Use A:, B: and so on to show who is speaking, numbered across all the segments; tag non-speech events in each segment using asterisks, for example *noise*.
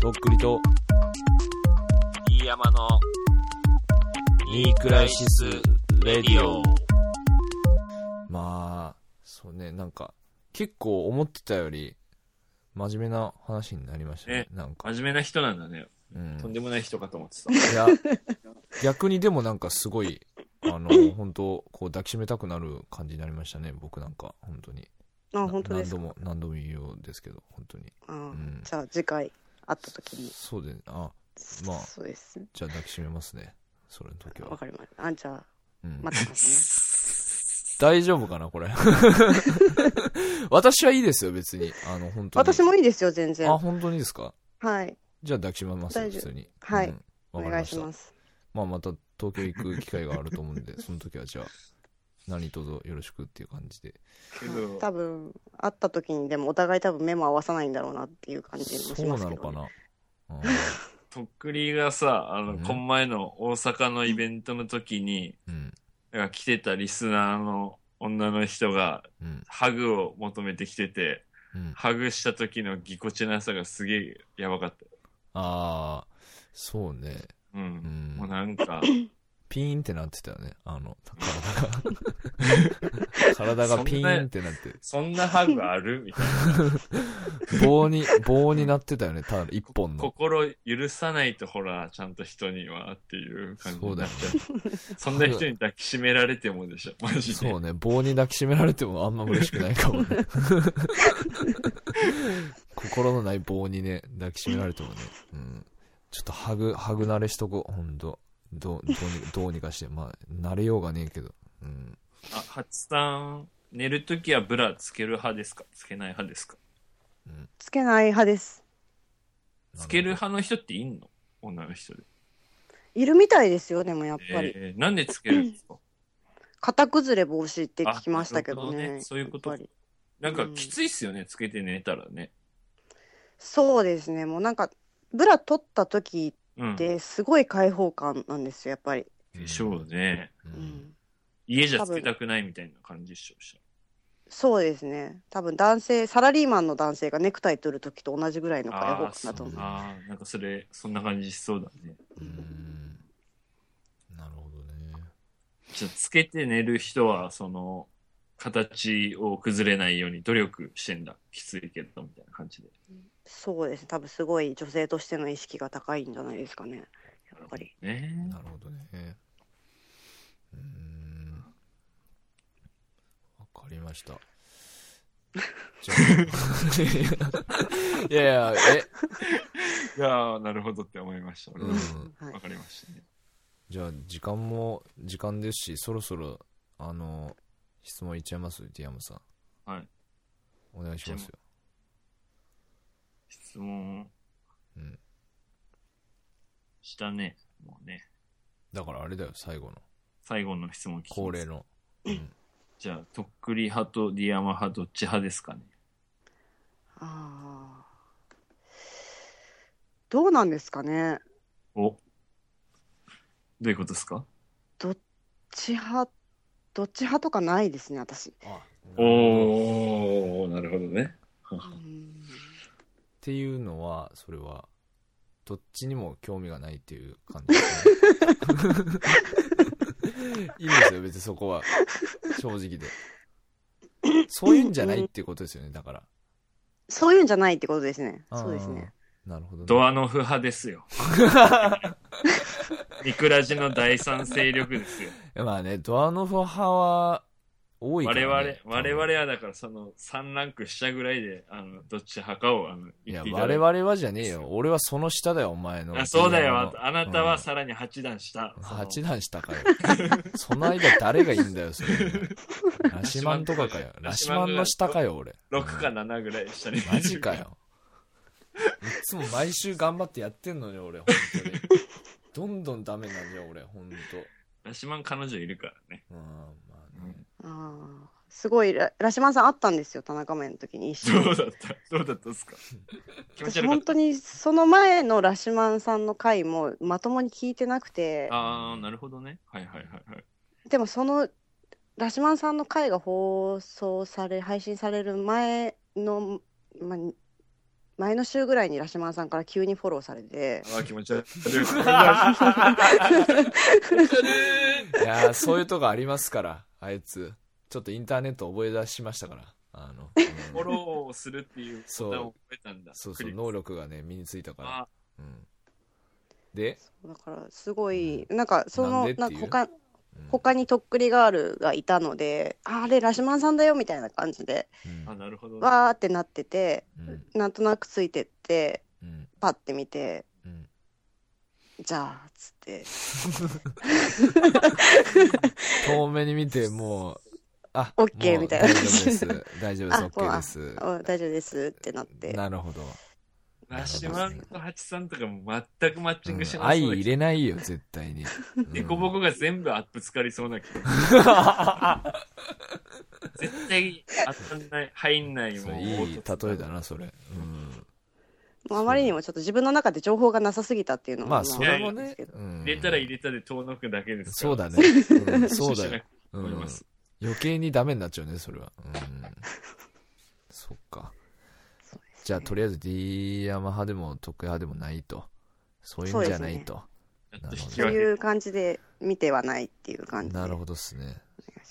A: とっくりと、
B: 飯山の、
A: ニークライシス・レディオ。まあ、そうね、なんか、結構思ってたより、真面目な話になりましたね。
B: ね
A: なんか、
B: 真面目な人なんだね。
A: うん。
B: とんでもない人かと思ってた。
A: いや、逆にでもなんかすごい、あ *laughs* の、本当こう抱きしめたくなる感じになりましたね、僕なんか、本当に。
C: あ、本当です
A: 何
C: か。
A: 度も、何度も言うようですけど、本当に。
C: あ
A: う
C: ー
A: ん。
C: じゃあ次回会った時に。
A: そうで、あ、まあ
C: そうですね。
A: じゃあ抱きしめますね、それの時
C: わ
A: は。
C: かりました。あ、じゃあ
A: うん、
C: 待ってます
A: 大丈夫かな、これ。 *laughs* 私はいいですよ、別に。あの、本
C: ね。
A: 当に。
C: *laughs* 私もいいですよ、全然
A: あ、。本当にですか
C: はい。
A: じゃあ抱きしめますよ、
C: 大
A: 普
C: 丈夫
A: 通に。
C: はい
A: うん
C: お
A: わかり
C: 願
A: ま
C: い
A: し。
C: した
A: ま
C: ます。
A: あ、また東京行く機会があると思うんで、その時はじゃあ、何卒よろしくっていう感じで。
B: けど
C: 多分会った時にでもお互い多分目も合わさないんだろうなっていう感じも
A: そ
C: し
A: うな
C: ますけ
A: の
C: ど
A: か
C: ね。
A: な。うん
B: とっくりがさ、あの、
A: うん
B: こん前の大阪のイベントの時に、
A: うん。
B: なんか来てたリスナーの女の人が、
A: うん。
B: ハグを求めてきてて、
A: うん。
B: ハグした時のぎこちなさがすげえやばかった。
A: ああ、そうね。
B: う。
A: うんん
B: もう。なんか、
A: ピーンってなってたよね。あの、
C: *laughs*
A: 体が。体がピーンってなって。
B: そんなハグあるみたいな。
A: 棒に、棒になってたよね。ただ一本の。
B: 心許さないとほら、ちゃんと人にはっていう感じ
A: そう
B: に
A: だ
B: な
A: よ
B: っちゃう。そんな人に抱きしめられてもでしょ、マジで。
A: そうね。棒に抱きしめられてもあんま嬉しくないかも *laughs* ね。心のない棒にね、抱きしめられてもね。うん。ちょっとハグ、ハグ慣れしとこう。ほんと。どう、どうに、どうにかして。まあ、慣れようがねえけど。うん。
B: あ、ハチさん、寝るときはブラつける派ですかつけない派ですか
C: つけない派です。
B: つける派の人っていんの女の人で。
C: いるみたいですよ、でもやっぱり。
B: えー、なんでつけるんですか
C: 型崩れ防止って聞きましたけど
B: あなるほど
C: ね。
B: ねそういうこと
C: やっぱり
B: なんかきついっすよね、つけて寝たらね。
C: そうですね。もうなんか、ブラ取った時
B: うん。
C: っ
B: で
C: てすごい開放感なんですよ、やっぱり。
B: しょうね。
A: う。
C: うんん。
B: 家じゃつけたくないみたいな感じでしょうし。
C: そうですね。多分男性、サラリーマンの男性がネクタイ取る時と同じぐらいの開放
B: あ
C: 感だと
B: ー
C: 思う。
B: あー、なんかそれ、そんな感じしそうだね。
A: うん。なるほどね。
B: じゃあつけて寝る人は、その、形を崩れないように努力してんだ。きついけど、みたいな感じで。
C: そうですね。多分すごい女性としての意識が高いんじゃないですかね。やっぱり。
B: ね
A: なるほどね。うーん。わかりました。じゃあ。いやいや、え、
B: いやー、なるほどって思いました。俺
A: う
B: は
A: ん。
C: *laughs* はい
B: わ。かりましたね。
A: じゃあ、時間も時間ですし、そろそろ、あの、質問いっちゃいますディアムさん。
B: はい。
A: お願いしますよ。
B: 質問
A: うん。
B: したね。もうね。
A: だからあれだよ、最後の。
B: 最後の質問聞きます
A: 恒例の。うん。
B: じゃあ、とっくり派とディアマ派、どっち派ですかね。
C: ああ。どうなんですかね。
B: おどういうことですか
C: どっち派、どっち派とかないですね、私。
A: あっ
B: おー、なるほどね。
C: うん
A: ていうのは、それは、どっちにも興味がないっていう感じです
C: *laughs*
A: ね。いいですよ、別にそこは。正直で。そういうんじゃないっていうことですよね、だから。
C: そういうんじゃないってことですね。そうですね。
A: あー。なるほどね、
B: ドアノフ派で
A: *laughs*
B: すよ。ミクラジの第三勢力ですよ。
A: まあね、ドアノフ派は多いか
B: 我
A: ら、ね。
B: 々、我々
A: は。
B: はだからその3ランク下ぐらいで、あの、どっち派かを、あの、
A: い
B: 言っ
A: や、
B: ていただ
A: 我
B: いて
A: 々はじゃねえよ。俺はその下だよ、お前の。
B: あそうだよ。
A: あ
B: あ
A: の
B: あなたは、さらに8段下。
A: うん
B: その
A: 八段下かよ。 *laughs* その間誰がいいんだよ、それ。ラシマンとかかよ。ラ
B: ラ
A: シ
B: シ
A: マ
B: マ
A: ン
B: ン
A: の下かよ、俺。
B: 6か7ぐらい下に。
A: マジか。よ。いつも毎週頑張ってやってんのよ、俺、本当に。どんどんダメなんだよ、俺、本
B: ラシマン彼女いるからね。
A: 当。うん、まあね。
C: ああ。すごいラ、ラシマンさんあったんですよ、田中面の時に一緒に
B: どうだったどうだったっすか気持ち
C: 私
B: 悪かっ
C: 本当にその前のラシマンさんの回もまともに聞いてなくて
B: た。ああ、なるほどね。はいはいはいはい。
C: でもそのラシマンさんの回が放送され配信される前の、まあ、前の週ぐらいにラシマンさんから急にフォローされて、
B: あー気持ち悪い。
A: いやーそういうとこありますからあいつちょっとインターネット覚え出しましたからあの、
B: フォ
A: うん
B: ローするっていうボタンを覚えたんだ。
A: そう
B: ク
A: そう
B: リック
A: 能力がね身についたから
B: あ、
A: うん、で、
C: だからすごい、なんかそ
A: なん
C: の、
A: でってい
C: なん
A: う
C: か他、
A: うん
C: 他にとっくりガールがいたので、ああれラシマンさんだよみたいな感じで、
A: うん
B: あ、なるほど。
C: わーってなってて、
A: うん
C: なんとなくついてって、
A: うん
C: パッて見て、
A: うん
C: じゃあ、つって。
A: 遠目に見てもうあ
C: オッケー
A: もう
C: みたいな
A: 大丈夫です大丈夫です
C: あ
A: オッケーです
C: あ大丈夫ですってなって。
A: なるほど
B: ラシマンとハチさんとかも全くマッチングし
A: うん
B: な
A: 愛
B: そう
A: 入れないよ絶対に
B: でこぼこが全部あっぶつかりそうな気が絶対当たんない、入んない
A: うんそ
B: も。
A: うんいい例えだなそれ、うん
C: もうあまりにもちょっと自分の中で情報がなさすぎたっていうのは
A: まあそれも
C: あるんで
A: ね
C: すけど、
A: うん
B: 入れたら入れたで遠のくだけですか
A: そ
B: ら
A: うだね、うん
B: 無
A: そう
B: 視 *laughs* し
A: だ
B: なく
A: よ
B: て、
A: う
B: 思い
A: ん
B: ます、
A: 余計にダメになっちゃうねそれはうんそっか
C: そうですね
A: じゃあとりあえず D 山派でも得意派でもないとそういうんじゃないと、
B: やっと引き
C: そ
B: 分
C: う
B: け
C: いう感じで見てはないっていう感じで。
A: なる
C: ど。
A: ほどっすね、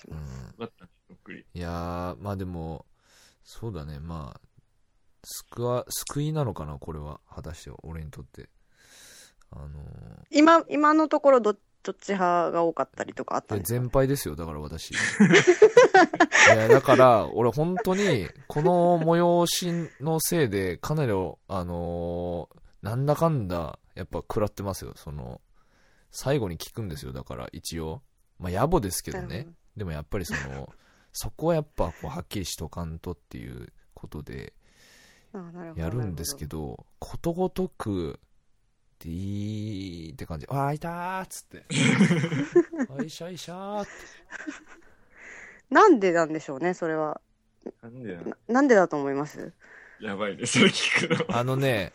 A: うん、
B: だったね、そっくり。
A: いやーまあでもそうだねまあ救わ救いなのかなこれは果たして俺にとってあのー
C: 今、今のところど、どっち派が多かったりとかあったん
A: いや
C: ですか
A: 全敗ですよだから私いやだから俺本当にこの催しのせいでかなりあのーなんだかんだやっぱ食らってますよその最後に聞くんですよだから一応まあ野暮ですけど
C: なる
A: ね
C: ほ
A: でもやっぱりそのそこはやっぱこうはっきりしとかんとっていうことで
C: あなるほど
A: やるんですけどことごとくでいいって感じああいたーっつってあいしゃいしゃーって
C: なんでなんでしょうね、それは。
B: なんでや
C: ななんでだと思います
B: やばいね、それ聞くの。
A: あのね、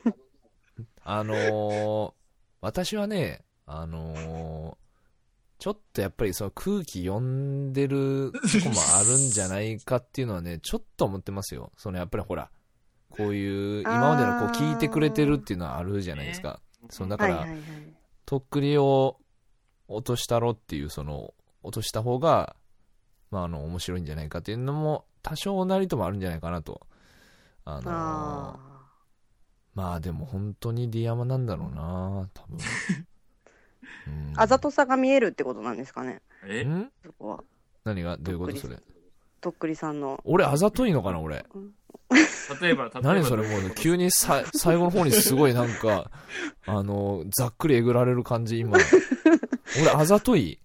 A: あのー私はね、あのーちょっとやっぱりその空気読んでるとこもあるんじゃないかっていうのはね、ちょっと思ってますよ。そのやっぱりほら、こういう、今までのこう聞いてくれてるっていうのはあるじゃないですか。そうだか
C: はい
A: ら
C: は、いはい。
A: とっくりを落としたろっていう、その、落とした方が、まあ、あの、面白いんじゃないかっていうのも、多少なりともあるんじゃないかなと。あのー
C: あ
A: まあでも本当にディアマなんだろうな多
C: *laughs*
A: 分、うん
C: あ。あざとさが見えるってことなんですかね、
B: え
A: ん
C: そこは。
A: 何がどういうこと
C: とっく
A: そ
C: り
A: れ
C: とっくりさんの。
A: 俺あざといのかな俺
B: 例えば、例えば。
A: 何それもう急に
C: *laughs*
A: さ最後の方にすごいなんかあのざっくりえぐられる感じ
C: *laughs*
A: 今俺あざとい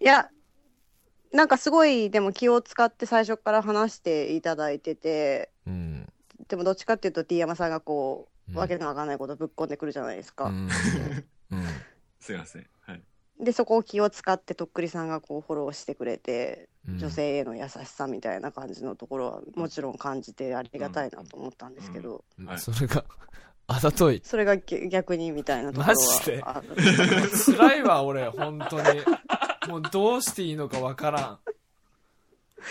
C: いや、なんかすごい、でも気を使って最初から話していただいてて、
A: うん
C: でもどっちかっていうと T 山さんがこ
A: う
C: う、
A: ん
C: わけのわかんないことぶっこんでくるじゃないです
A: う
C: か。
A: ん、うん、
B: すいません。はい。
C: で、そこを気を使ってとっくりさんがこうフォローしてくれて、
A: うん
C: 女性への優しさみたいな感じのところはもちろん感じてありがたいなと思ったんですけど、
B: はい
A: それが *laughs* あざとい
C: それがぎ逆にみたいなとこ
A: マ
C: ろは。
A: ジで
C: あの
A: 辛いわ俺本当にもうどうしていいのかわからん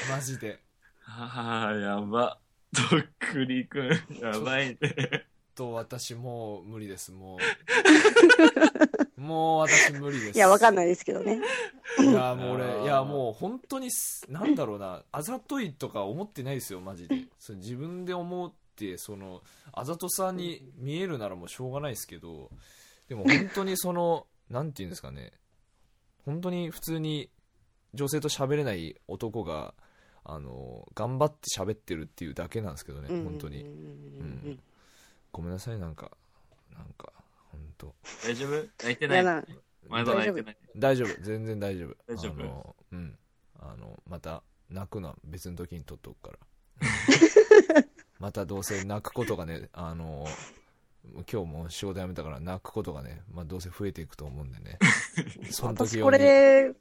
A: マジで
B: ああ、やば。とっくりくん、やばいね。
A: と私もう無理ですも
B: *laughs*
A: うもう私無理です
C: いや、わかん
A: な
C: ないですけどね。
A: いいやもう
B: あ
A: 俺
B: ー
A: いやもう本当にすなんだろうなあざといとか思ってないですよマジでそれ自分で思うってそのあざとさに見えるならもうしょうがないですけどでも本当にそのなんていうんですかね本当に普通に女性と喋れない男があの頑張って喋ってるっていうだけなんですけどね本当に
C: うんうんうんうん
A: ごめんなさいなんかなんか本当
B: 大丈夫泣いて
C: い
B: な
C: や
B: い。
C: な
B: まだ泣いてない。
A: 大丈夫全然大丈夫
B: 大丈夫
A: あのうんあのまた泣くのは別の時に撮っとくから
C: *laughs*
A: またどうせ泣くことがねあの今日も仕事辞めたから泣くことがね、まあ、どうせ増えていくと思うんで
C: *laughs*
A: ねその時
C: 私
A: 用
C: これ
A: に
C: で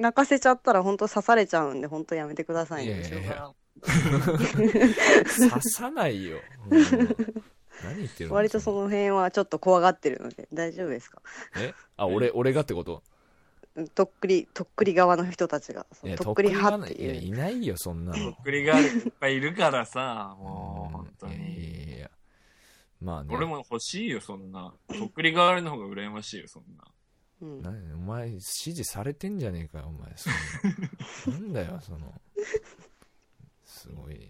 C: 泣かせちゃったら本当刺されちゃうんで本当やめてください
A: いやい
C: ね
A: やい
B: しょうが
A: や刺さないよ、うん何言ってるの
C: 割とその辺はちょっと怖がってるので大丈夫ですか
A: えあ俺俺がってこと
C: とっくり、とっくり側の人たちが、そ
A: い
C: の
A: や
C: とっくり
A: は
C: 派
A: な
C: って
A: いや
C: い。
A: いうないよそんな
B: と
A: の
B: っくりがいっぱいいるからさ、もう、本当
A: いやいやい
B: に。
A: やいやまあね
B: 俺も欲しいよ、そんな。とっくりがあるの方が羨ましいよ、そんな。
C: うん
A: なお前指示されてんじゃねえかよお前そのなんだよそのすごい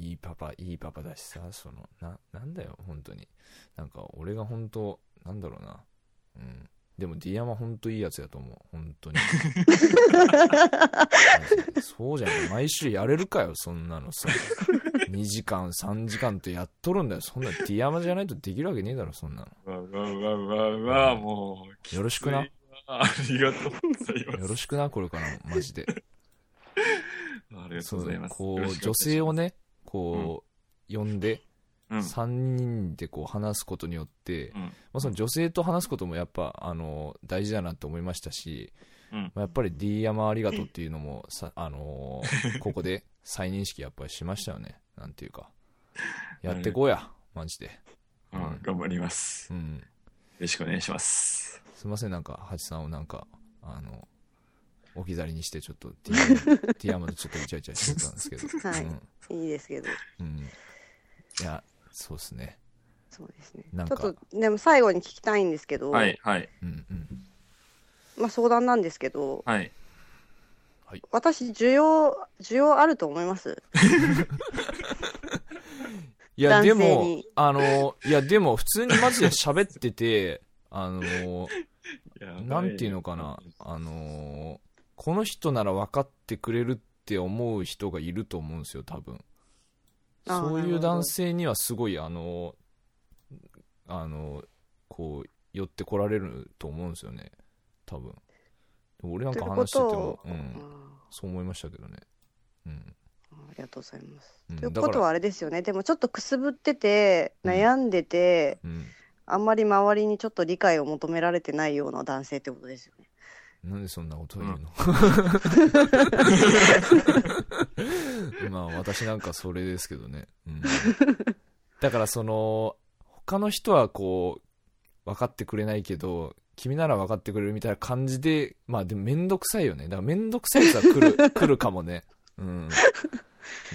A: いいパパいいパパだしさそのななんだよ本当になんか俺が本当なんだろうなうんでもディアマ本当いいやつやと思う本当に *laughs* マジでそうじゃない毎週やれるかよそんなのさ2時間3時間ってやっとるんだよそんなディアマじゃないとできるわけねえだろそんなの
B: うわうわうわうわうわ、もう、きついわ
A: よろしくな。
B: ありがとうございます。
A: よろしくなこれからもマジで
B: ありがと
A: そうう
B: ございます。
A: こ
B: よ
A: う
B: ろしくお願
A: 女
B: いします
A: 性を、ねこう、呼んで、
B: うん、
A: 3人でこう話すことによって、
B: うん
A: まあ、その女性と話すこともやっぱあの大事だなと思いましたし、
B: うん
A: まあ、やっぱり D 山ありがとうっていうのもさ、あのーここで再認識やっぱりしましたよねなんていうかやってこうや、マジで、
B: うん頑張ります。よ
A: うん、
B: ろしくお願いします。
A: すいませんなんかハチさんをなんかあの置き去りにしてちょっと D 山 D 山とちょっとイチャイチャしてたんですけど、
C: はい
A: うん
C: いいですけど。
A: うん、いやそうですね
C: そうですね。
A: なん
C: ちょ
A: か
C: っと、でも最後に聞きたいんですけど、
B: はい、はい、
A: うんうん
C: まあ相談なんですけど、
B: はい。
C: 私、需要、需要あると思います。
A: いや
C: 男
A: で
C: 性
A: も
C: に
A: あのいやでも普通にマジで喋ってて *laughs* あのなんていうのかなあのこの人なら分かってくれるって思う人がいると思うんですよ多分
C: あー
A: そう
C: なる
A: い
C: ほ
A: う
C: ど
A: 男性にはすごいあのあのこう寄ってこられると思うんですよね多分俺なん
C: とい
A: か
C: うこ
A: 話して
C: と
A: て
C: を
A: も、、うん、
C: あ
A: そう思いましたけどねうん
C: ーありがとうございます。
A: うん
C: という
A: だ
C: こ
A: から
C: とはあれですよね。でもちょっとくすぶってて、悩んでて、
A: うん
C: あんまり周りにちょっと理解を求められてないような男性ってことですよね。
A: なんでそんなことを
C: *laughs*
A: 言うの、まあ私なんかそれですけどね、うん、だからその他の人はこう分かってくれないけど君なら分かってくれるみたいな感じでまあでも面倒くさいよねだから面倒くさいやつは来る
C: *laughs*
A: 来るかもねうん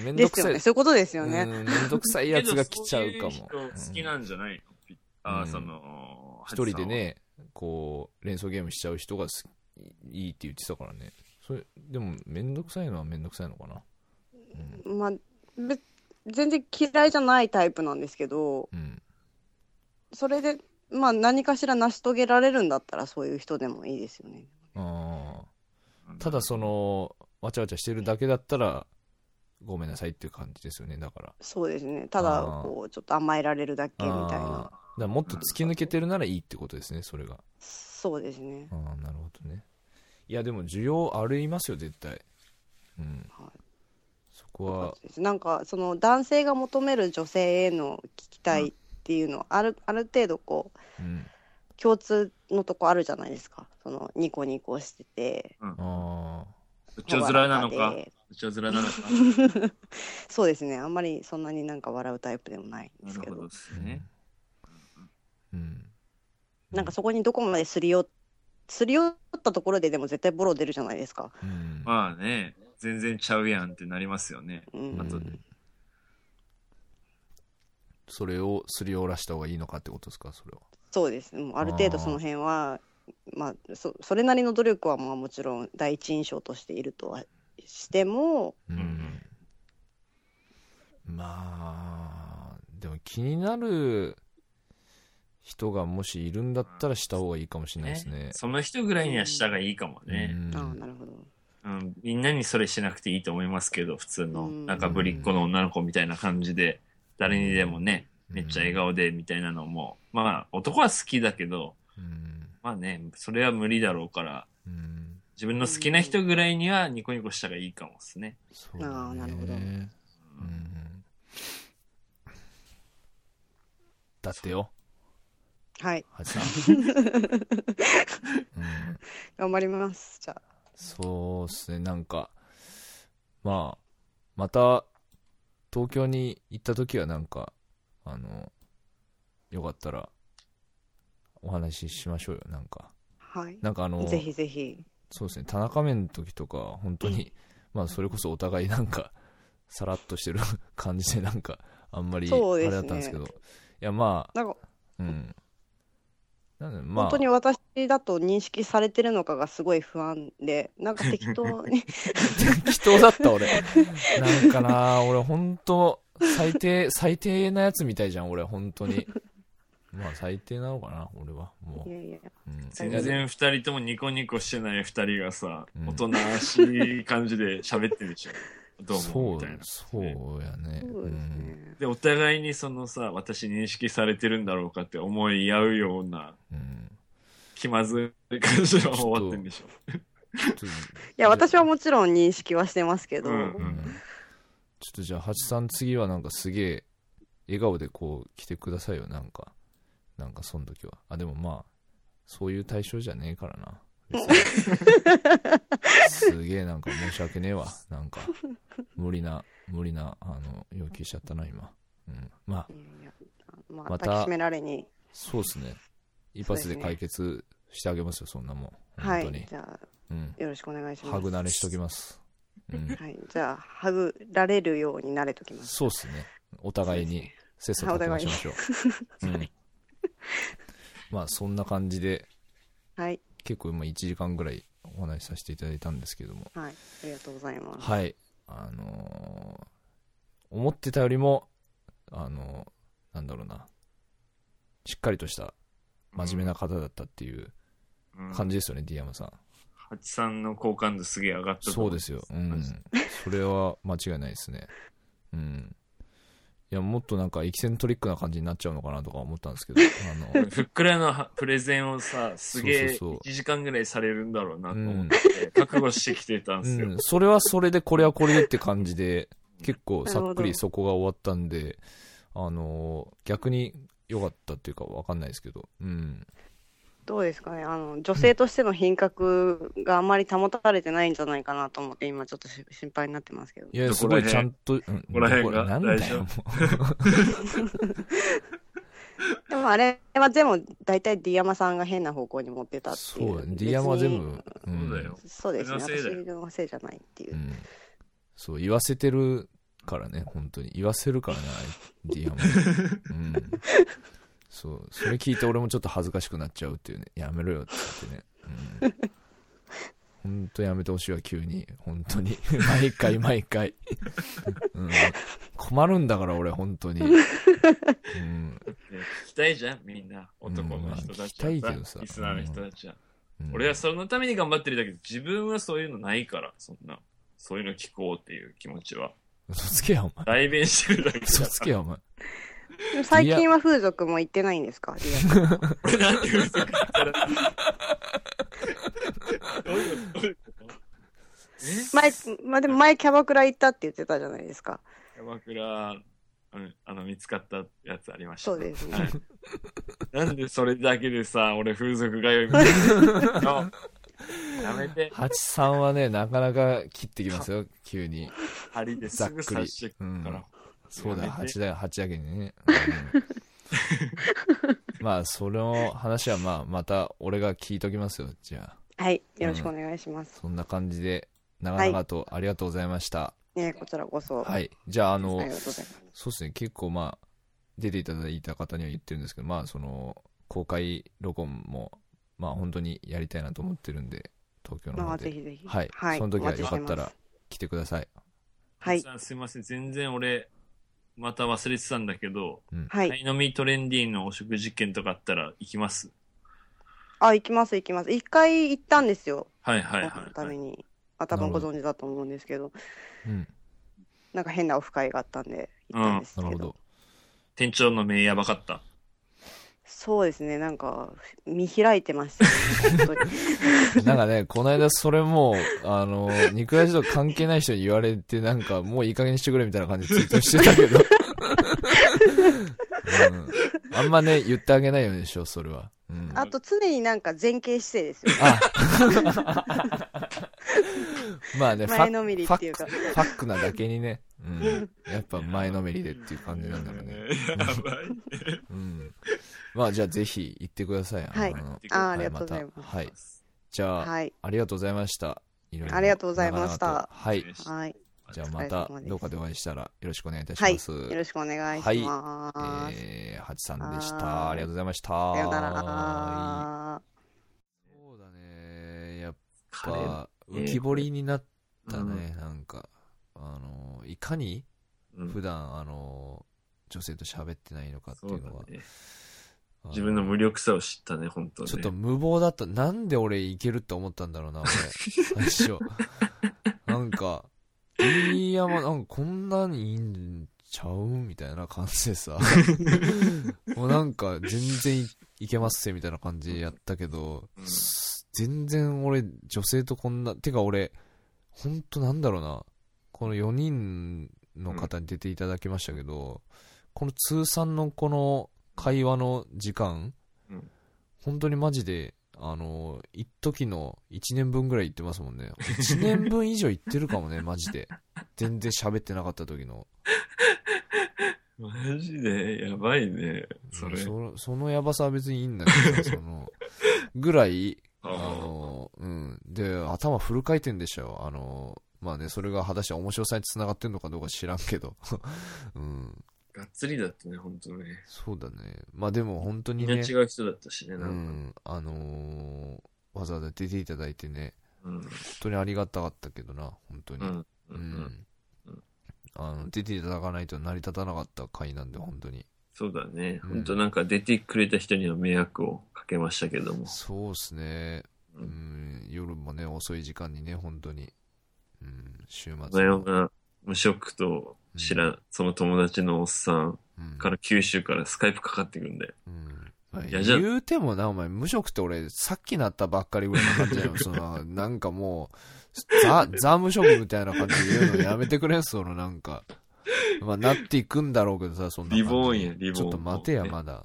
A: 面
C: で
A: 倒
C: す
A: く
C: よ
A: さい
C: ね。そういうことですよね。
A: うん面倒くさいやつが来ちゃうかも
B: けどそういう人好きなんじゃないのあ
A: う
B: ー、
A: ん
B: その、
A: 一人でねこう連想ゲームしちゃう人がすいいって言ってたからねそれでも面倒くさいのは面倒くさいのかな
C: まあ、べ全然嫌いじゃないタイプなんですけど、
A: うん
C: それで、まあ何かしら成し遂げられるんだったらそういう人でもいいですよね。
A: あ
B: ハチさ
A: ーた
B: んは。
A: だそのわちゃわちゃしてるだけだったらごめんなさいっていう感じですよねだから
C: そうですね。ただ
A: あー、
C: こう、ちょっと甘えられるだけみたい
A: あーだ
C: な
A: か。らもっと突き抜けてるならいいってことですねそれが
C: そうですね。
A: ああなるほどねいやでも需要ありますよ絶対うん
C: はい
A: そこは
C: なんかその男性が求める女性への聞きたいっていうのはあるある程度こう
A: うん
C: 共通のとこあるじゃないですかそのニコニコしてて
A: あ
B: うちょずらなの
C: 柔ら
B: か。
C: で
B: うちょずらなのか。
C: そうです *laughs* ねあんまりそんなになんか笑うタイプでもないんで
B: な
C: す
B: る
C: け
B: ほ
C: ど
B: ど
C: な
B: ですね。
A: あうん
C: んかそこにどこまですり寄っすり寄ったところででも絶対ボロ出るじゃないですか、
A: うん
B: まあね、全然ちゃうやんってなりますよね。
C: うん
B: あとで
A: それをすりおらした方がいいのかってことですかそれは
C: そうですもうある程度その辺はまあそそれなりの努力はまあもちろん第一印象としているとはしても
A: うんまあでも気になる人がもしいるんだったらした方がいいかもしれないですね
B: その人ぐらいにはしたがいいかも
A: う
B: ね。
A: ん
C: ああなるほど
B: うん。みんなにそれしなくていいと思いますけど、普通の、
C: うん
B: なんかぶりっ子の女の子みたいな感じで、誰にでもね、めっちゃ笑顔でみたいなのも、まあ男は好きだけど、
A: うん
B: まあね、それは無理だろうから、
A: うん
B: 自分の好きな人ぐらいにはニコニコしたがいいかもですね。
A: そうだね
C: ああなるほど
A: うんだってよ
C: はい
A: ハチ
C: *laughs*
A: さん、うん
C: 頑張ります。じゃあ。
A: そうですね、なんか、まあ、また、東京に行った時はなんか、あの、よかったら、お話ししましょうよ、なんか。
C: はい。
A: なんかあの、
C: ぜひぜひ。
A: そうですね田中面の時とか本当に、まあそれこそお互いなんかさらっとしてる *laughs* 感じでなんかあんまり
C: そ
A: あ
C: うで
A: れ
C: すね
A: だったんですけどいやまあ
C: なんか
A: うんなんでまあ
C: 本当に私だと認識されてるのかがすごい不安で、なんか適当に *laughs*
A: 適当だった俺 *laughs* なんかな俺本当最低最低なやつみたいじゃん俺本当にまあ最低なのかな俺はも、
C: いうやいや、
A: うん、
B: 全然二人ともニコニコしてない二人がさ、
A: うん
B: 大人らしい感じで喋って
A: *laughs*
B: るじゃん。どうも、
A: そ
B: み
A: う
B: たいな。
A: そうやね
C: そうですね。
B: で、お互いにそのさ、私認識されてるんだろうかって思い合うような
A: うんうん
B: 気まずい感じは終わってんでしょ。
A: ちょっと
C: いや、私はもちろん認識はしてますけど、
B: うん
A: うんちょっとじゃあ、八さん次はなんかすげえ、笑顔でこう来てくださいよ、なんか。なんかその時は。あ、でもまあ、そういう対象じゃねえからな。別にすげえなんか申し訳ねえわ。なんか、無理な、無理な、あの、要求しちゃったな、今。うん。まあ、
C: いやいやまあ、
A: また
C: 抱きしめられに、
A: そうですね。一発で解決してあげますよ、そんなもん。
C: は
A: 本当に。
C: い、じゃ
A: うん。
C: あ、よろしくお願いします。
A: ハグ慣れしときます。
C: *laughs*
A: うん。
C: はい、じゃあ、ハグられるように慣れときます。
A: そうっすね。お互いに切磋琢磨しましょう。うん。 *laughs* まあそんな感じで、
C: *laughs* はい、
A: 結構今1時間ぐらいお話しさせていただいたんですけども。
C: はい、ありがとうございます。
A: はい。あのー思ってたよりも、あのーなんだろうな。しっかりとした真面目な方だったっていう
B: うん
A: 感じですよね、ディアマさん。
B: ハチさんの好感度すげえ上がったと
A: そ
B: 思
A: うですよ。う
B: マ
A: ん
B: ジで。
A: それは間違いないですね。うん。いや、もっとなんかエキセントリックな感じになっちゃうのかなとか思ったんですけど、あの、
B: ふっくらのはプレゼンをさ、すげ
A: そう
B: え
A: そうそう
B: 1時間ぐらいされるんだろうなと思って、覚悟してきてたんですよ。
A: うん、それはそれでこれはこれでって感じで結構さっ
C: なる
A: く
C: ほ
A: り
C: ど
A: そこが終わったんであのー逆に良かったっていうか分かんないですけどうん
C: どうですかねあの、女性としての品格があまり保たれてないんじゃないかなと思って、今ちょっとし心配になってますけど。
A: いや
B: ど
A: す
B: こ
A: ご
B: ら辺
A: いちゃんと、うん、
B: こら辺が
A: なんだ
B: 大丈
A: よも
C: でもあれは全部、大体 D 山さんが変な方向に持ってた
A: う
C: って
A: そ
C: いう。
A: うだね D 山は全部う
B: そ
A: ん
B: うだよ。
C: そうですね、
B: 俺のせいだよ
C: 私のせいじゃないっていうう。
A: ん、そう言わせてるからね本当に言わせるからねあれ D 山うんそうそれ聞いて俺もちょっと恥ずかしくなっちゃうっていうねやめろよって言ってねうん本当やめてほしいわ急に本当に毎回毎回、うん、困るんだから俺本当に、うん
B: ね聞きたいじゃん、みんな。男の人たち
A: うんま
B: はさ、
A: あ聞きたいけどさ
B: リスナーの人たちは。
A: うん
B: 俺はそのために頑張ってるだけで、自分はそういうのないから、そんな。そういうの聞こうっていう気持ちは。
A: 嘘つけやお前
B: 代弁してるだ
A: *laughs*
B: けだ
A: 嘘つけやお前
C: でも最近は風俗も行ってないんですか D
A: *laughs*
C: 山さん
B: 俺 *laughs* なんで嘘ついたら。どういうことどういうことえ
C: 前、まあ、でも前キャバクラ行ったって言ってたじゃないですか。
B: キャバクラ、うんあの、見つかったやつありました。
C: そうですね
B: はいなんでそれだけでさ、俺風俗がよいみたいな。やめて、
A: 八さんはねなかなか切ってきますよ急に
B: 針ですぐ刺してくる
A: ざ
B: か
A: っ
B: ら。
A: そうだよ、
B: やめて
A: 八だよ、八だけに
C: *laughs*
A: ね。うんまあ、その話はまあ、また俺が聞いときますよ、じゃあ。
C: はい、よろしくお願いします。
A: そんな感じで、長々とありがとうございました。
C: ね、こちらこそ。
A: はい。じゃあ、あの
C: あり、がとうございます。
A: そうですね、結構まあ、出ていただいた方には言ってるんですけど、まあ、その、公開録音も、まあ、本当にやりたいなと思ってるんで、東京の方
C: まあ、ぜ
A: で。
C: ひぜひ。
A: はい。その時はよかった。
C: お待
A: ら来てください。
C: ちしてます
B: さんすいません、全然俺、また忘れてたんだけど、
C: はい。は
B: タ
C: い。
B: イノミトレンディーのお食事券とかあったら行きます。
C: あ、行きます、行きます。一回行ったんですよ。
B: はいはい
C: ご飯の
B: はい、
C: た
B: は
C: め
B: い。
C: に。あ、多分ご存知だと思うんですけど、
A: うん。
C: なんか変なオフ会があったんで、行ったんです
A: なる
C: け
A: ほ
C: ど
A: ど。。
B: 店長の名やばかった。
C: そうですね、なんか、見開いてましたね、本
A: *laughs*
C: 当に。
A: なんかね、この間それもう、あの、肉屋と関係ない人に言われて、なんか、もういい加減にしてくれみたいな感じでツイートしてたけど。うん、あんまね、言ってあげないようにしよう、それは。うん、
C: あと、常になんか前傾姿勢ですよ。
A: あ *laughs* まあね、ファ
C: 前のめりっていうか
A: ファックファックなだけにね、うん、やっぱ前のめりでっていう感じなんだろうね。。
B: *laughs* やばい。
A: うん、まあじゃあぜひ行ってください。あの
C: はい
B: 行ってください
C: あありがとうございます。
A: はい。じゃあ、
C: はい。
A: ありがとうございました。いろいろ
C: ありがとうございました
A: 長々とはい。
C: はい。
A: じゃあまたどうかでお会いしたらよろしくお願いいたし
C: はい。
A: ま
C: よ
A: す。
C: ろしくお願いします。
A: えー、ハチさんでし
C: は
A: た。
C: い
A: ありがとうございました。
C: さよな
A: は
C: ら。
A: いそうだね。やっ
B: カレー。
A: ぱ、浮き彫りになった
B: うん
A: ね、なんか。あの、いかに
B: うん
A: 普段、あの、女性と喋ってないのかって
B: そ
A: いううのは
B: だ。ね。
A: あ
B: 自分の無力さを知ったね、本当に。
A: ちょっと無謀だった。なんで俺いけるって思ったんだろうな、 *laughs* 俺。最初。なんか、いや、まあ、なんかこんなにいいんちゃうみたいな感じでさ。もうなんか、全然いいけますせ、みたいな感じやったけど、
B: うん
A: 全然俺、女性とこんな、てか俺、ほんとなんだろうな。この4人の方に出ていただきましたけど、この通算のこの会話の時間、
B: うん
A: 本当にマジで、あの、一時の1年分ぐらい行ってますもんね。1年分以上行ってるかもね、マジで。全然喋ってなかった時の。
B: マジで、やばいね。それ。
A: そそのやばさは別にいいんだけどさ、そ
B: *laughs*
A: の、ぐらい、
B: あ
A: あの、うん。で、頭フル回転でしたよ。あの、まあね、それが果たして面白さに繋がってんのかどうか知らんけど。 *laughs* うん。
B: がっつりだったね、本当ね。
A: そうだね。まあでも本当
B: み
A: に
B: んな
A: ね。
B: 違う人だったしね、
A: う
B: なんか。
A: ん、あのーわざわざ出ていただいてね、
B: うん。
A: 本当にありがたかったけどな、本当に。
B: うん。
A: う
B: うんん。
A: あの出ていただかないと成り立たなかった回なんで、本当に。
B: そうだね。
A: うん
B: 本当なんか出てくれた人には迷惑をかけましたけども。
A: そうですね、う
B: うん
A: ん、夜もね、遅い時間にね、本当に。うん、週
B: 真
A: 末
B: 夜
A: も。
B: が無職と知らん、その友達のおっさん
A: うん
B: から九州からスカイプかかってくるんだよ。
A: うんまあ
B: いやじゃあ
A: 言うてもな、お前、無職って俺、さっきなったばっかりぐらいの感じだよ。
B: *laughs*
A: その、なんかもう、ザ、ザ無職みたいな感じで言うのやめてくれん、そのなんか。まあ、なっていくんだろうけどさ、そんな感じ。
B: リボーンやリボーン
A: ちょっと待てや、ま
B: *laughs*
A: だ。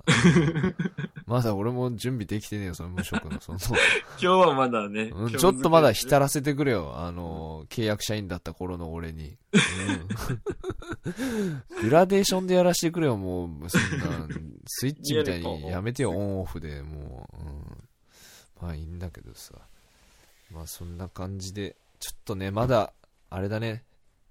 A: まだ俺も準備できてねえよ、その無職の、その。
B: 今日はまだね。
A: うん、
B: 今日
A: ちょっとまだ浸らせてくれよ。あの、契約社員だった頃の俺に。うん *laughs* グラデーションでやらしてくれよ、もう。そんな、スイッチみたいにやめてよ、オンオフで、もう。うん、まあいいんだけどさ。まあそんな感じで、ちょっとね、まだ、あれだね。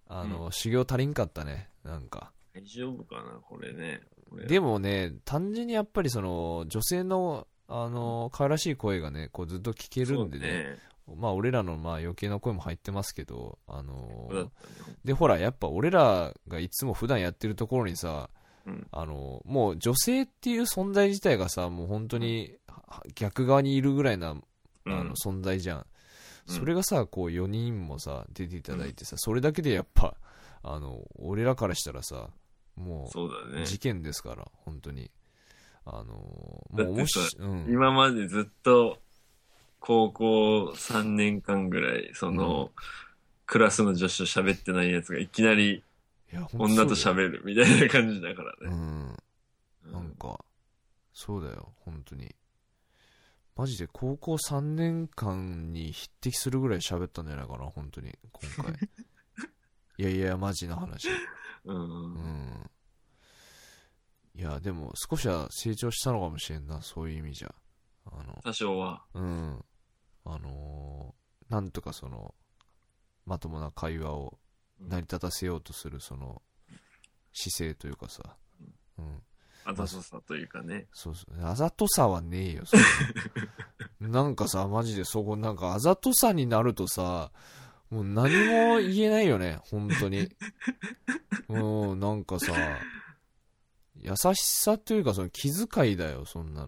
A: あの、修行足りんかったね。なんか。
B: 大丈夫かな、これね。これ
A: でもね、単純にやっぱりその、女性の、あの、可愛らしい声がね、こうずっと聞けるんでね。まあ俺らのまあ余計な声も入ってますけど、あのー
B: そうね。そうだったね。
A: でほらやっぱ俺らがいつも普段やってるところにさ、
B: うん
A: あのーもう女性っていう存在自体がさもう本当には逆側にいるぐらいなあ
B: うん
A: の存在じゃん、
B: うん
A: それがさこう4人もさ出ていただいてさ、それだけでやっぱあの俺らからしたらさも
B: そうだ
A: う
B: ね。
A: 事件ですから本当にあのー
B: だ
A: もう
B: って
A: 面
B: さ
A: 白い、うん、
B: 今までずっと、高校3年間ぐらい、その、クラスの女子と喋ってないやつがいきなり
A: いや本当そうだ
B: 女
A: よ
B: と喋るみたいな感じだから
A: う
B: ね。
A: んなんか、そうだよ、本当に。マジで高校3年間に匹敵するぐらい喋ったんじゃないかな、本当に、今回。いやいや、マジな話。
B: うん。
A: う
B: うん
A: ん。いや、でも、少しは成長したのかもしれんな、そういう意味じゃ。あの、
B: 多少は。
A: うん。あのーなんとかその、まともな会話を成り立たせようとする、その、姿勢というかさ。うん。
B: あざそさというかね。
A: そうそう。あざとさはねえよ、それなんかさ、マジでそこ、なんかあざとさになるとさ、もう何も言えないよね、本当に。うん、なんかさ、優しさというか、その気遣いだよ、そんなの。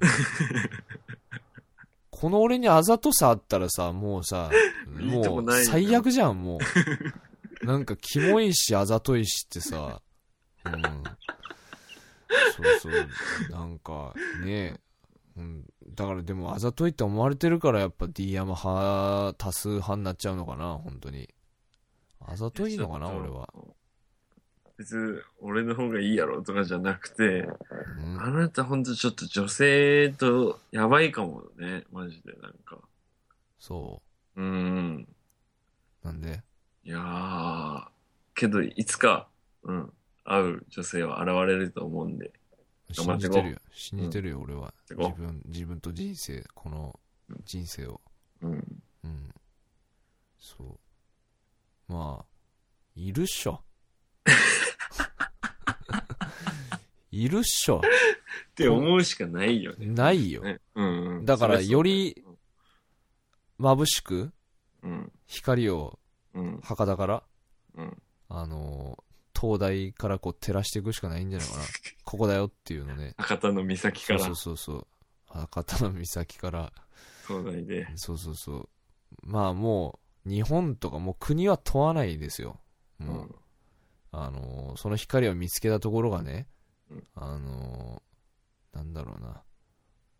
A: この俺にあざとさあったらさ、もうさ、
B: いいと
A: も
B: こ
A: う
B: ないよ
A: 最悪じゃん、もう。なんか、キモいし、あざといしってさ、うん。そうそう、なんか、ねうん、だからでも、あざといって思われてるから、やっぱ D 山派、多数派になっちゃうのかな、本当に。あざといのかな、
B: ちょっと
A: 俺は。。
B: 別に、俺の方がいいやろとかじゃなくて、
A: うん
B: あなたほんとちょっと女性とやばいかもね、マジでなんか。
A: そ
B: うん。
A: う。なんで、
B: いやー、けどいつか、うん、会う女性は現れると思うんで。
A: 信
B: 頑張
A: じ
B: ってこ
A: て
B: う
A: るよ。信じてるよ、俺は。
B: てこう
A: 自分、自分と人生、この人生を。
B: うん。
A: そうまあいるっし
B: *laughs*
A: ょいるっしょ
B: て思うしかないよね。
A: ないよ
B: ねうんうん
A: だから
B: そりゃそう
A: より眩しく
B: うん、
A: 光を
B: うん、
A: 墓から
B: うん。
A: あの灯台からこう照らしていくしかないんじゃ
B: *laughs*
A: ないかなここだよっていうのね
B: 博多の岬から
A: そうそうそうそう博多の岬から
B: 東大で。
A: そうそうそうまあもう日本とかもう国は問わないですよ
B: う
A: もう、
B: ん。
A: あのーその光を見つけたところがね、
B: うん
A: あのーなんだろうな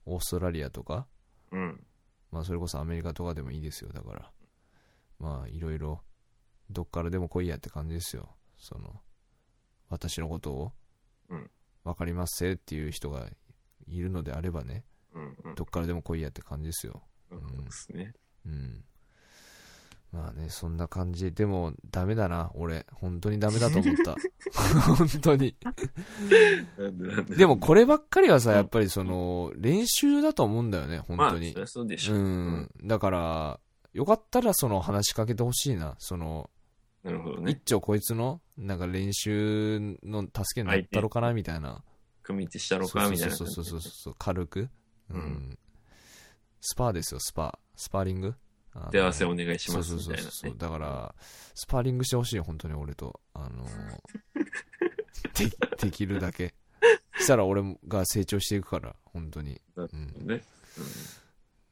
A: オーストラリアとか、
B: うん。
A: まあ、それこそアメリカとかでもいいですよだからまあいろいろどっからでも来いやって感じですよその私のことを
B: うん
A: 分かりますせっていう人がいるのであればね
B: うん。うん
A: どっからでも来いやって感じですよ
B: うんですね。
A: うん。まあね、そんな感じ。でも、ダメだな、俺。本当にダメだと思
B: *laughs*
A: った。本当に。
B: なんでなん
A: *laughs*
B: で
A: でも、こればっかりはさ、
B: うん
A: やっぱりその、練習だと思うんだよね、本
B: まあ、
A: 当
B: そ
A: に
B: り。ゃそうでし
A: う
B: ょ。
A: ん。だから、よかったらその話しかけてほしいな。その、
B: なるほど
A: 一
B: ね。
A: 丁こいつの、なんか練習の助けになったろかな、みたいな。
B: 組み手したろ
A: そう
B: かみたいな。
A: そうそうそうそう、軽く。う。
B: うん
A: スパーですよ、スパ。スパーリング。あの
B: 手合わせお願いします
A: そう
B: み
A: そ
B: た
A: う
B: い
A: そ
B: な
A: うそう、
B: ね。
A: だからスパーリングしてほしい本当に俺とあ
B: *laughs*
A: のーでできるだけしたら俺が成長していくから本当に
B: なる
A: うん、
B: ね。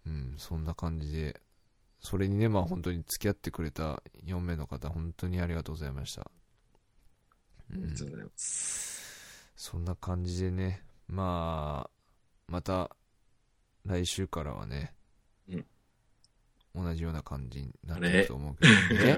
A: うん、そんな感じでそれにねまあ本当に付き合ってくれた4名の方本当にありがとうございました、う
B: うん。あ
A: ん
B: りが、とうございます。
A: そんな感じでねまあまた来週からはね、
B: うん
A: 同じような感じになってると思うけどね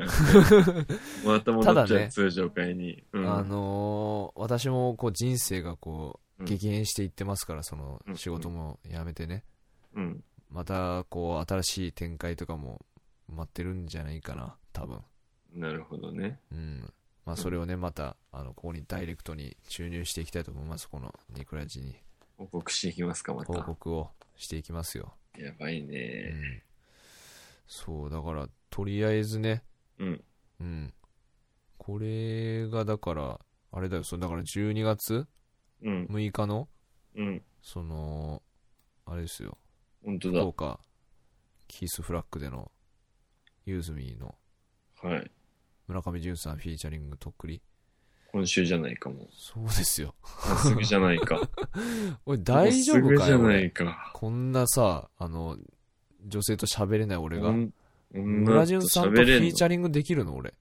A: *laughs*
B: また戻っち
A: ただ
B: ゃ
A: ね
B: う、通常会に。うん
A: あのー私もこう人生がこう
B: う
A: ん激変していってますから、その
B: うん
A: 仕事も辞めてね、
B: うん。
A: またこう新しい展開とかも待ってるんじゃないかな多分
B: なるほどね。
A: うんまあそれをねまたあのここにダイレクトに注入していきたいと思いますこのニクラジに
B: 報告していきますか、また
A: 報。告をしていきますよ、
B: やばいうね。
A: ん、そうだからとりあえずね
B: うん。
A: うんこれがだからあれだよそうだから12月
B: うん。
A: 6日の
B: うん。
A: そのあれですよ
B: 本当
A: 福岡キースフラッグでのユーズミーの
B: だ。はい。
A: 村上純さんフィーチャリングとっくり
B: 今週じゃないかも。
A: そうですよ *laughs*
B: もうすぐじゃないか。
A: おい *laughs* 大丈夫
B: もうすぐ
A: か
B: じゃ
A: よ
B: な
A: 俺
B: いか。
A: こんなさあの女性と喋れない俺が村
B: 村
A: 純さんとフィーチャリングできるの俺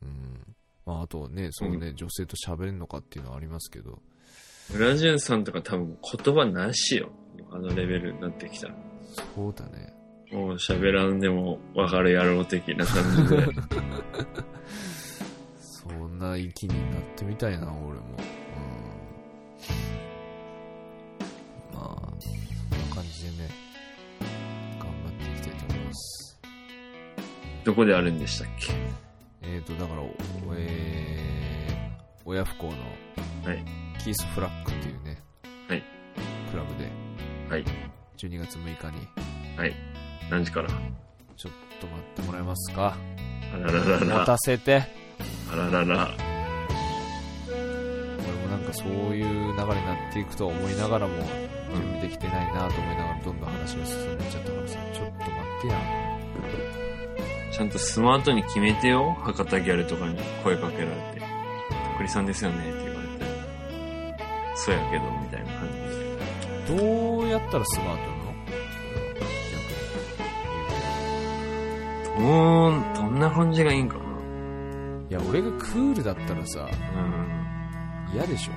A: うんまああとねそのね、女性と喋れんのかっていうのはありますけど
B: 村淳さんとか多分言葉なしよ。あのレベルになってきたら。
A: そうだね
B: もう喋らんでもわかる野郎的な感
A: *laughs*
B: じで。
A: そんな域になってみたいな俺もうんまあそんな感じでね頑張っていきたいと思います
B: どこであるんでしたっけ
A: えっ、ー、とだからおえー、親不孝の
B: はい
A: キースフラッグっていうね、
B: はい
A: クラブで
B: はい。
A: 12月6日に
B: はい。何時から
A: ちょっと待ってもらえますか
B: あららら
A: 待
B: ら。
A: たせて
B: あららら。
A: 俺もなんかそういう流れになっていくと思いながらも準備できてないなと思いながらどんどん話が進んでいっちゃったからさちょっと待ってや
B: ちゃんとスマートに決めてよ。博多ギャルとかに声かけられて。とっくりさんですよねって言われて。そうやけど、みたいな感じで。
A: どうやったらスマートなの
B: もう、どんな感じがいいんかな。
A: 逆にいや俺がクールだったらさ
B: うん。
A: 嫌でしょ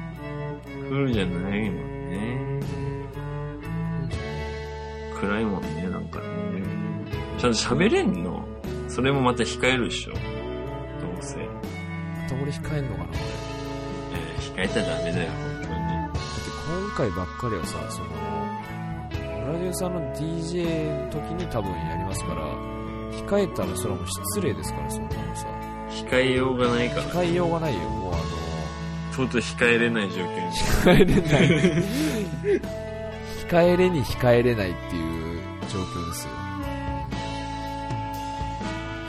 B: クールじゃないもんね。暗いもんね、なんかね。ちゃんと喋れんのそれもまた控えるでしょ。どうせ。え
A: また俺控えんのかな俺だって
B: ー控えたらダメだよ、本
A: 今回ばっかりはさそのブラジルさんの DJ の時に多分やりますから控えたらそれはもう失礼ですからそんなのさ
B: 当に。控えようがないから。
A: 控えようがないよもうあの
B: とうとう控えれない状況に。
A: 控えれない控えれに控えれないっていう状況ですよ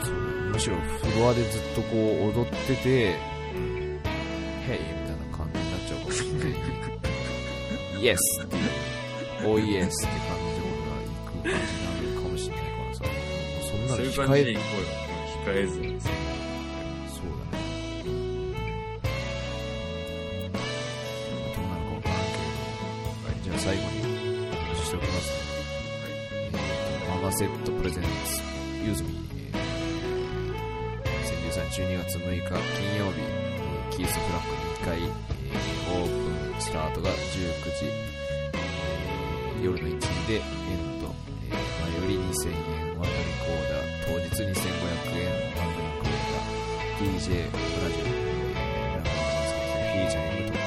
A: そうむしろフロアでずっとこう踊ってて
B: うん。
A: 「ヘイ」みたいな感じになっちゃうかもしれない「 *laughs* イエス」っていう「おイエス」って感じで俺は行く感じになるかもしれないからさそんな
B: そう
A: の
B: いう
A: 控
B: 感じ
A: え
B: で行こうよ。控えずにさ。
A: そうだね。どうなるかわからんけれど。はい、じゃあ最後にお知らせしておきます。はい。ママセットプレゼンツ、ユーズミー、えー、2013年12月6日金曜日、えーキースフラッグ2階、えーオープンスタートが19時、えー夜の1時でエンド、えー、前より2000円ワンドリコーダー、当日2500円ワンドリコーダー、DJ ブラジル、えー、ラーメンさん、フィーチャリングとか、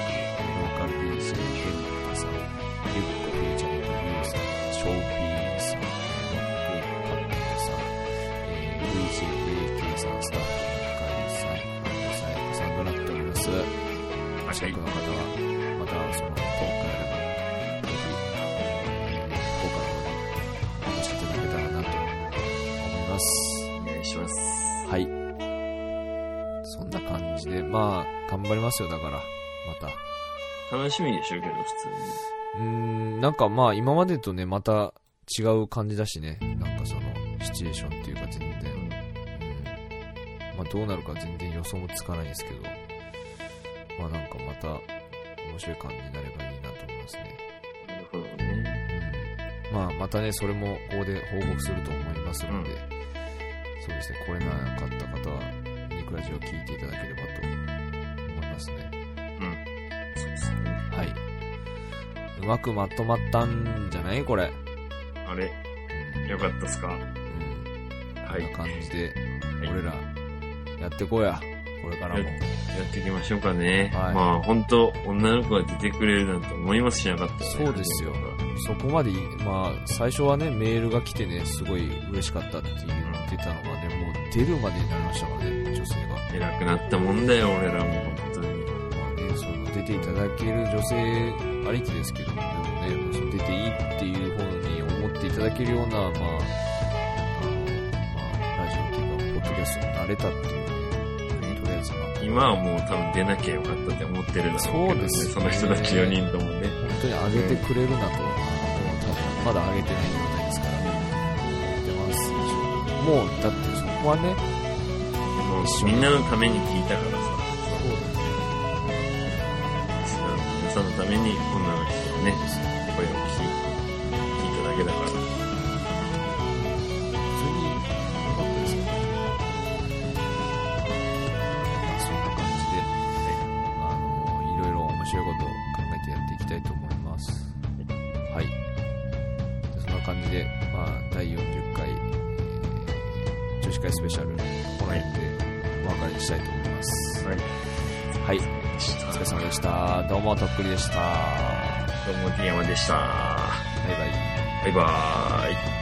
A: ローカル DJ、えー、ヘルパさん、ユッコフィーチャリングユーさん、ショーピーさん、ロックパッドさん、えー、VJ ブレイキーさん、スタッフの向井さん、あとさやかさんとなっております。お近くの方は、またその、今回の、ぜひ、えー福岡の方にお越しいただけたらなと思います。
B: お願いします。
A: はい。そんな感じで、まあ、頑張りますよ、だから、また。
B: 楽しみでしょうけど、普
A: うーん、なんかまあ、今までとね、また違う感じだしね、なんかその、シチュエーションっていうか、全
B: 通に。
A: 然、うん、まあ、どうなるか全然予想もつかないですけど、まあ、なんかまた、面白い感じになればいいなと思いますね。
B: なるほどね。
A: うんまあ、またね、それもここで報告すると思いますので、
B: うん
A: そうですね、来れなかった方は、ニクラジを聞いていただければと思いますね。
B: そうですね。
A: はい。うまくまとまったんじゃないこれ。
B: あれ、よかったっすかは。
A: うん。うんこんない感じで、
B: い
A: 俺ら、やってこうや。これからも。
B: やっていきましょうかね。
A: はい
B: まあ、本当女の子が出てくれるなんて思いますしなかったね
A: そうですよそこまでい、まあ、最初はね、メールが来てね、すごい嬉しかったって言ってたのがね、もう出るまでになりましたからね、女性が。
B: 偉くなったもんだよ、俺らも、本当に。
A: まあね、その出ていただける女性ありきですけども、でもね、その出ていいっていう方に思っていただけるような、まあ、あのまあ、ラジオというか、ポッドキャストになれたっていうね、とりあえずは、
B: 今はもう多分出なきゃよかったって思ってるだろうけど、
A: そうですね
B: その人たち4人ともね。
A: 本当に上げてくれるなと、もう多分まだ上げてない状態ですから、思ってます。もう、だってそこはね、
B: も
A: 一
B: う
A: 緒
B: みんなのために聞いたからさ、
A: そうだね。
B: 皆さんのために女の人のね、声を聞い聞いただけだから。
A: 普通に良かったですけど、まあ、そんな感じで、あのいろいろ面白いことを考えてやっていきたいと思いますはいそんな感じで、まあ、第40回、えー女子会スペシャルこの辺でお別れしたいと思います
B: はい。
A: はいお疲れ様でしたどうもとっくりでした
B: どうも、ディアマでした。
A: バイバイ
B: バイバーイ。